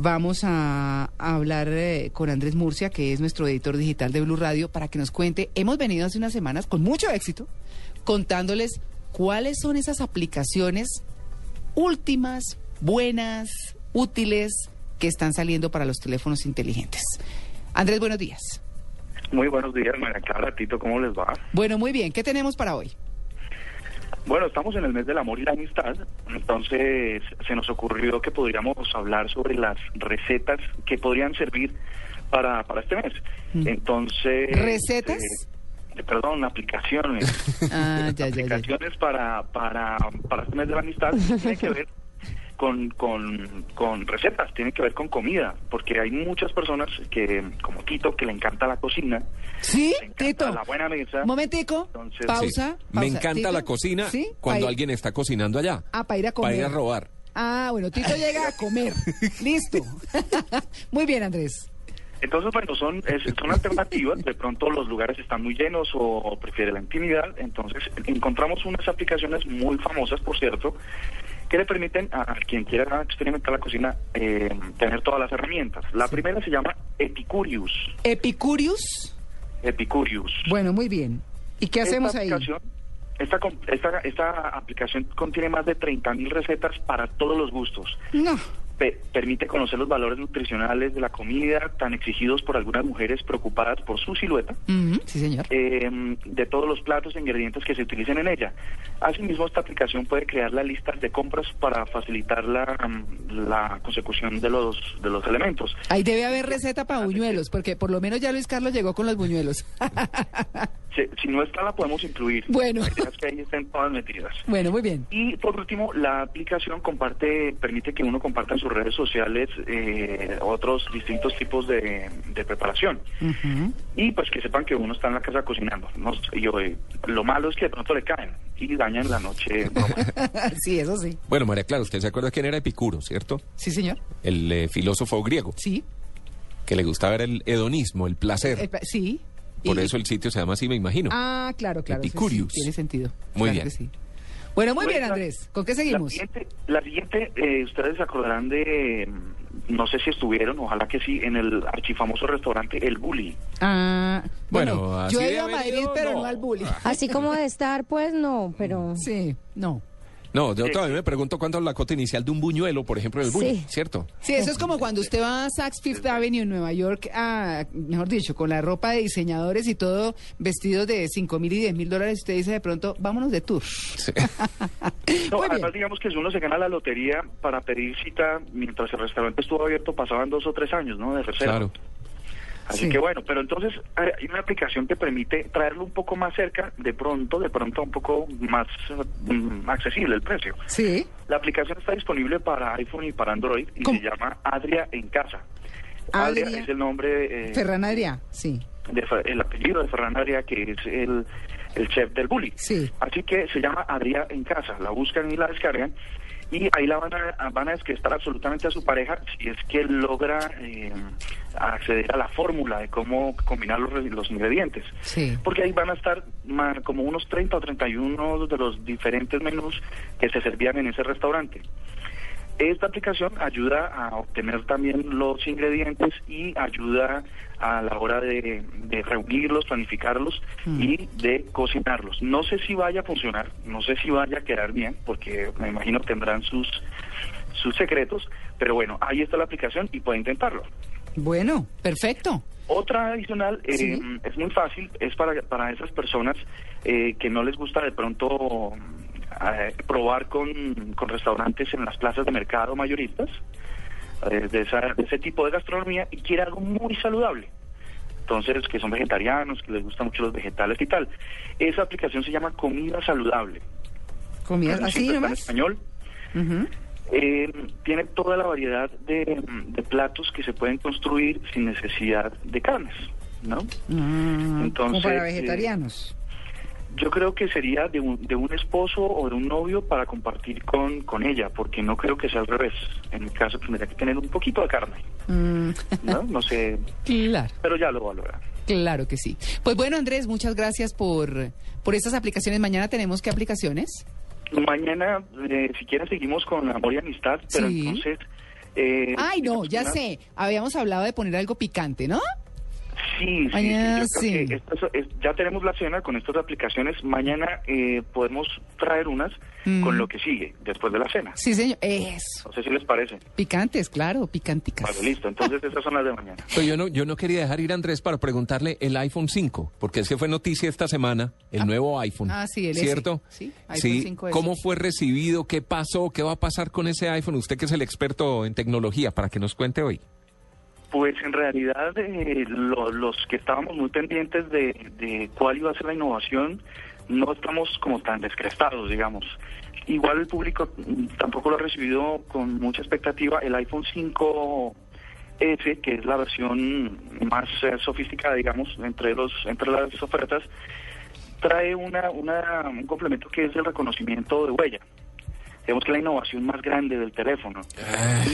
Vamos a, a hablar eh, con Andrés Murcia, que es nuestro editor digital de Blue Radio, para que nos cuente. Hemos venido hace unas semanas con mucho éxito contándoles cuáles son esas aplicaciones últimas, buenas, útiles que están saliendo para los teléfonos inteligentes. Andrés, buenos días. Muy buenos días, María Clara, Tito, ¿cómo les va? Bueno, muy bien. ¿Qué tenemos para hoy? Bueno, estamos en el mes del amor y la amistad, entonces se nos ocurrió que podríamos hablar sobre las recetas que podrían servir para, para este mes. Entonces... ¿Recetas? eh, perdón, aplicaciones. Ah, ya, ya, ya, ya. aplicaciones para, para, para este mes de la amistad tiene que ver con, con, con recetas, tiene que ver con comida, porque hay muchas personas que, como Tito, que le encanta la cocina. ¿Sí, le encanta Tito? La buena mesa. Momentico. Entonces- pausa, Sí. Me pausa. encanta Tito, la cocina ¿sí? cuando Ahí. alguien está cocinando allá. Ah, para ir a comer. Para ir a robar. Ah, bueno, Tito llega a comer. Listo. Muy bien, Andrés. Entonces, bueno, son, es- son alternativas. De pronto los lugares están muy llenos o prefiere la intimidad. Entonces, encontramos unas aplicaciones muy famosas, por cierto, que le permiten a, a quien quiera experimentar la cocina eh, tener todas las herramientas. La primera se llama Epicurious. Epicurious. Epicurious. Bueno, muy bien. ¿Y qué hacemos esta ahí? Aplicación, esta, com- esta, esta aplicación contiene más de 30.000 recetas para todos los gustos. No. Pe- permite conocer los valores nutricionales de la comida tan exigidos por algunas mujeres preocupadas por su silueta. Ujú, Mm, Sí, señor. eh, de todos los platos e ingredientes que se utilicen en ella. Asimismo, esta aplicación puede crear las listas de compras para facilitar la, mm, la consecución de los, de los elementos. Ahí debe haber receta Ah, para buñuelos, porque por lo menos ya Luis Carlos llegó con los buñuelos. Si, si no está, la podemos incluir. Bueno. La idea es que ahí estén todas metidas. bueno, muy bien. Y por último, la aplicación comparte, permite que uno comparta en sus redes sociales eh, otros distintos tipos de, de preparación. Ujú. Y pues que sepan que uno está en la casa cocinando. No sé, yo, eh, lo malo es que de pronto le caen y dañan la noche. sí, eso sí. Bueno, María Clara, usted se acuerda quién era Epicuro, ¿cierto? Sí, señor. El eh, filósofo griego, Sí. que le gustaba era el hedonismo, el placer. Epa- sí. Por Y- eso el sitio se llama así, me imagino. Ah, claro, claro. sí, sí, Epicurious. tiene sentido. Muy Claro bien. que sí. Bueno, muy bien, Bueno, Andrés. ¿Con qué La seguimos? siguiente, la siguiente, eh, ustedes se acordarán de, mm, no sé si estuvieron, ojalá que sí, en el archifamoso restaurante El Bully. Ah, bueno, Bueno, así yo he ido a de Madrid, venido, pero no, no. al bullying. Así como de estar, pues no, pero Sí, no. no, yo sí. todavía me pregunto cuánto es la cota inicial de un buñuelo, por ejemplo, el Sí. buñuelo, ¿cierto? Sí, eso es como cuando usted va a Saks Fifth Avenue en Nueva York, a, mejor dicho, con la ropa de diseñadores y todo, vestidos de 5 mil y 10 mil dólares, usted dice de pronto, vámonos de tour. Sí. No, Muy bien. además digamos que si uno se gana la lotería para pedir cita mientras el restaurante estuvo abierto, pasaban dos o tres años, ¿no? De reserva. Claro. Así Sí. que bueno, pero entonces eh, hay una aplicación que permite traerlo un poco más cerca, de pronto, de pronto un poco más eh, mm, accesible el precio. Sí. La aplicación está disponible para iPhone y para Android y ¿Cómo? se llama Adria en casa. Adria, Adria. es el nombre eh, Ferran Adrià, sí. de Fer- el apellido de Ferran Adrià, que es el, el chef del bully. Sí. Así que se llama Adrià en casa, la buscan y la descargan y ahí la van a, van a descrestar absolutamente a su pareja si es que logra eh, acceder a la fórmula de cómo combinar los, re- los ingredientes. Sí. Porque ahí van a estar ma- como unos 30 o 31 de los diferentes menús que se servían en ese restaurante. Esta aplicación ayuda a obtener también los ingredientes y ayuda a la hora de, de reunirlos, planificarlos y de cocinarlos. No sé si vaya a funcionar, no sé si vaya a quedar bien, porque me imagino tendrán sus, sus secretos, pero bueno, ahí está la aplicación y puede intentarlo. Bueno, perfecto. Otra adicional eh, Sí. es muy fácil, es para, para esas personas eh, que no les gusta de pronto eh, probar con, con restaurantes en las plazas de mercado mayoristas, eh, de, esa- de ese tipo de gastronomía, y quiere algo muy saludable. Entonces, que son vegetarianos, que les gustan mucho los vegetales y tal. Esa aplicación se llama Comida Saludable. Comida No sé si así está en nomás. español. Ujú. Eh, tiene toda la variedad de, de platos que se pueden construir sin necesidad de carnes, ¿no? Ah, como Entonces, para eh, vegetarianos. Yo creo que sería de un, de un esposo o de un novio para compartir con, con ella, porque no creo que sea al revés. En mi caso tendría que tener un poquito de carne, Mm, ¿no? No sé, claro. pero ya lo valora. Claro que sí. Pues bueno, Andrés, muchas gracias por, por estas aplicaciones. Mañana tenemos qué aplicaciones. Mañana, eh, si quieren, seguimos con amor y amistad, pero Sí. entonces... eh, Ay, no, ya una- sé. Habíamos hablado de poner algo picante, ¿no? Sí, sí, Mañana sí, yo creo sí. que esto es- es- ya tenemos la cena con estas aplicaciones. Mañana eh, podemos traer unas Mm. con lo que sigue después de la cena. Sí, señor. Eso. No sé si les parece. Picantes, claro, picanticas. Vale, listo. Entonces esas son las de mañana. Pero yo no, yo no quería dejar ir a Andrés para preguntarle el iPhone 5, porque es que fue noticia esta semana, el nuevo iPhone. ah, sí, el S. ¿Cierto? Sí, iPhone Sí, 5S. ¿Cómo fue recibido? ¿Qué pasó? ¿Qué va a pasar con ese iPhone? Usted que es el experto en tecnología, para que nos cuente hoy. Pues en realidad eh, lo- los que estábamos muy pendientes de, de cuál iba a ser la innovación no estamos como tan descrestados, digamos. Igual el público mm, tampoco lo ha recibido con mucha expectativa. El iPhone 5S, que es la versión más eh, sofisticada, digamos, entre los entre las ofertas, trae una, una- un complemento que es el reconocimiento de huella. Digamos que es la innovación más grande del teléfono.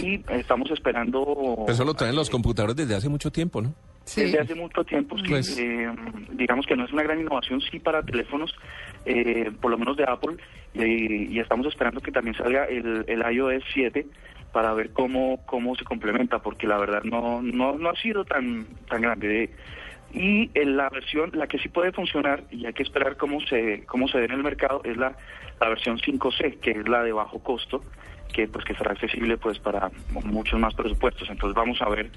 Y estamos esperando... Pero eso lo traen los computadores desde hace mucho tiempo, ¿no? Sí. Desde hace mucho tiempo, sí, Pues- eh, digamos que no es una gran innovación, sí, para teléfonos, eh, por lo menos de Apple, eh, y estamos esperando que también salga el, el iOS 7 para ver cómo, cómo se complementa, porque la verdad no, no, no ha sido tan, tan grande. Y en la versión, la que sí puede funcionar, y hay que esperar cómo se, cómo se ve en el mercado, es la, la versión 5C, que es la de bajo costo, que pues que será accesible pues para muchos más presupuestos. Entonces vamos a ver,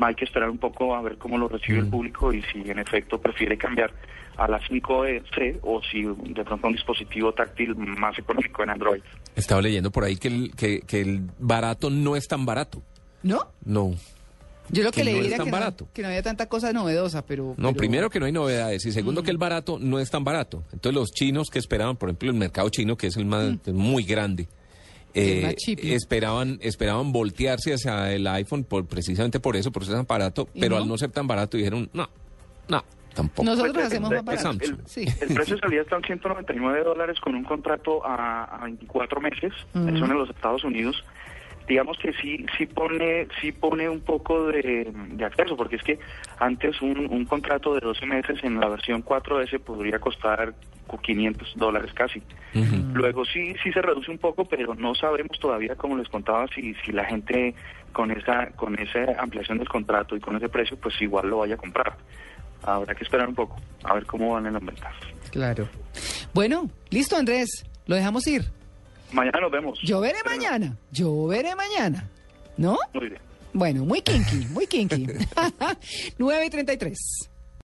hay que esperar un poco a ver cómo lo recibe el público y si en efecto prefiere cambiar a la 5C o si de pronto un dispositivo táctil más económico en Android. Estaba leyendo por ahí que el, que, que el barato no es tan barato. ¿No? No. Yo lo que, Que leí no es era tan que, barato. No, que no había tanta cosa novedosa, pero... No, pero- Mm. primero que no hay novedades y segundo que el barato no es tan barato. Entonces los chinos que esperaban, por ejemplo, el mercado chino, que es el más muy grande, Mm. El eh, más chipi. esperaban, esperaban voltearse hacia el iPhone por, precisamente por eso, por ser tan barato, ¿Y pero no? al no ser tan barato dijeron, no, no, tampoco. Nosotros Pues, hacemos el- más barato. el- el- sí. El precio de salida está en 199 dólares con un contrato a, a 24 meses, eso en los Estados Unidos. Digamos que sí, sí pone, sí pone un poco de, de acceso, porque es que antes un, un contrato de 12 meses en la versión 4S podría costar 500 dólares casi. Luego sí, sí se reduce un poco, pero no sabemos todavía, como les contaba, si, si la gente con esa, con esa ampliación del contrato y con ese precio, pues igual lo vaya a comprar. Habrá que esperar un poco, a ver cómo van en las ventas. Claro. Bueno, listo, Andrés. Lo dejamos ir. Mañana nos vemos. Yo veré Espérenos. mañana. Yo veré mañana. ¿No? Muy bien. Bueno, muy kinky, muy kinky. 9 y 33.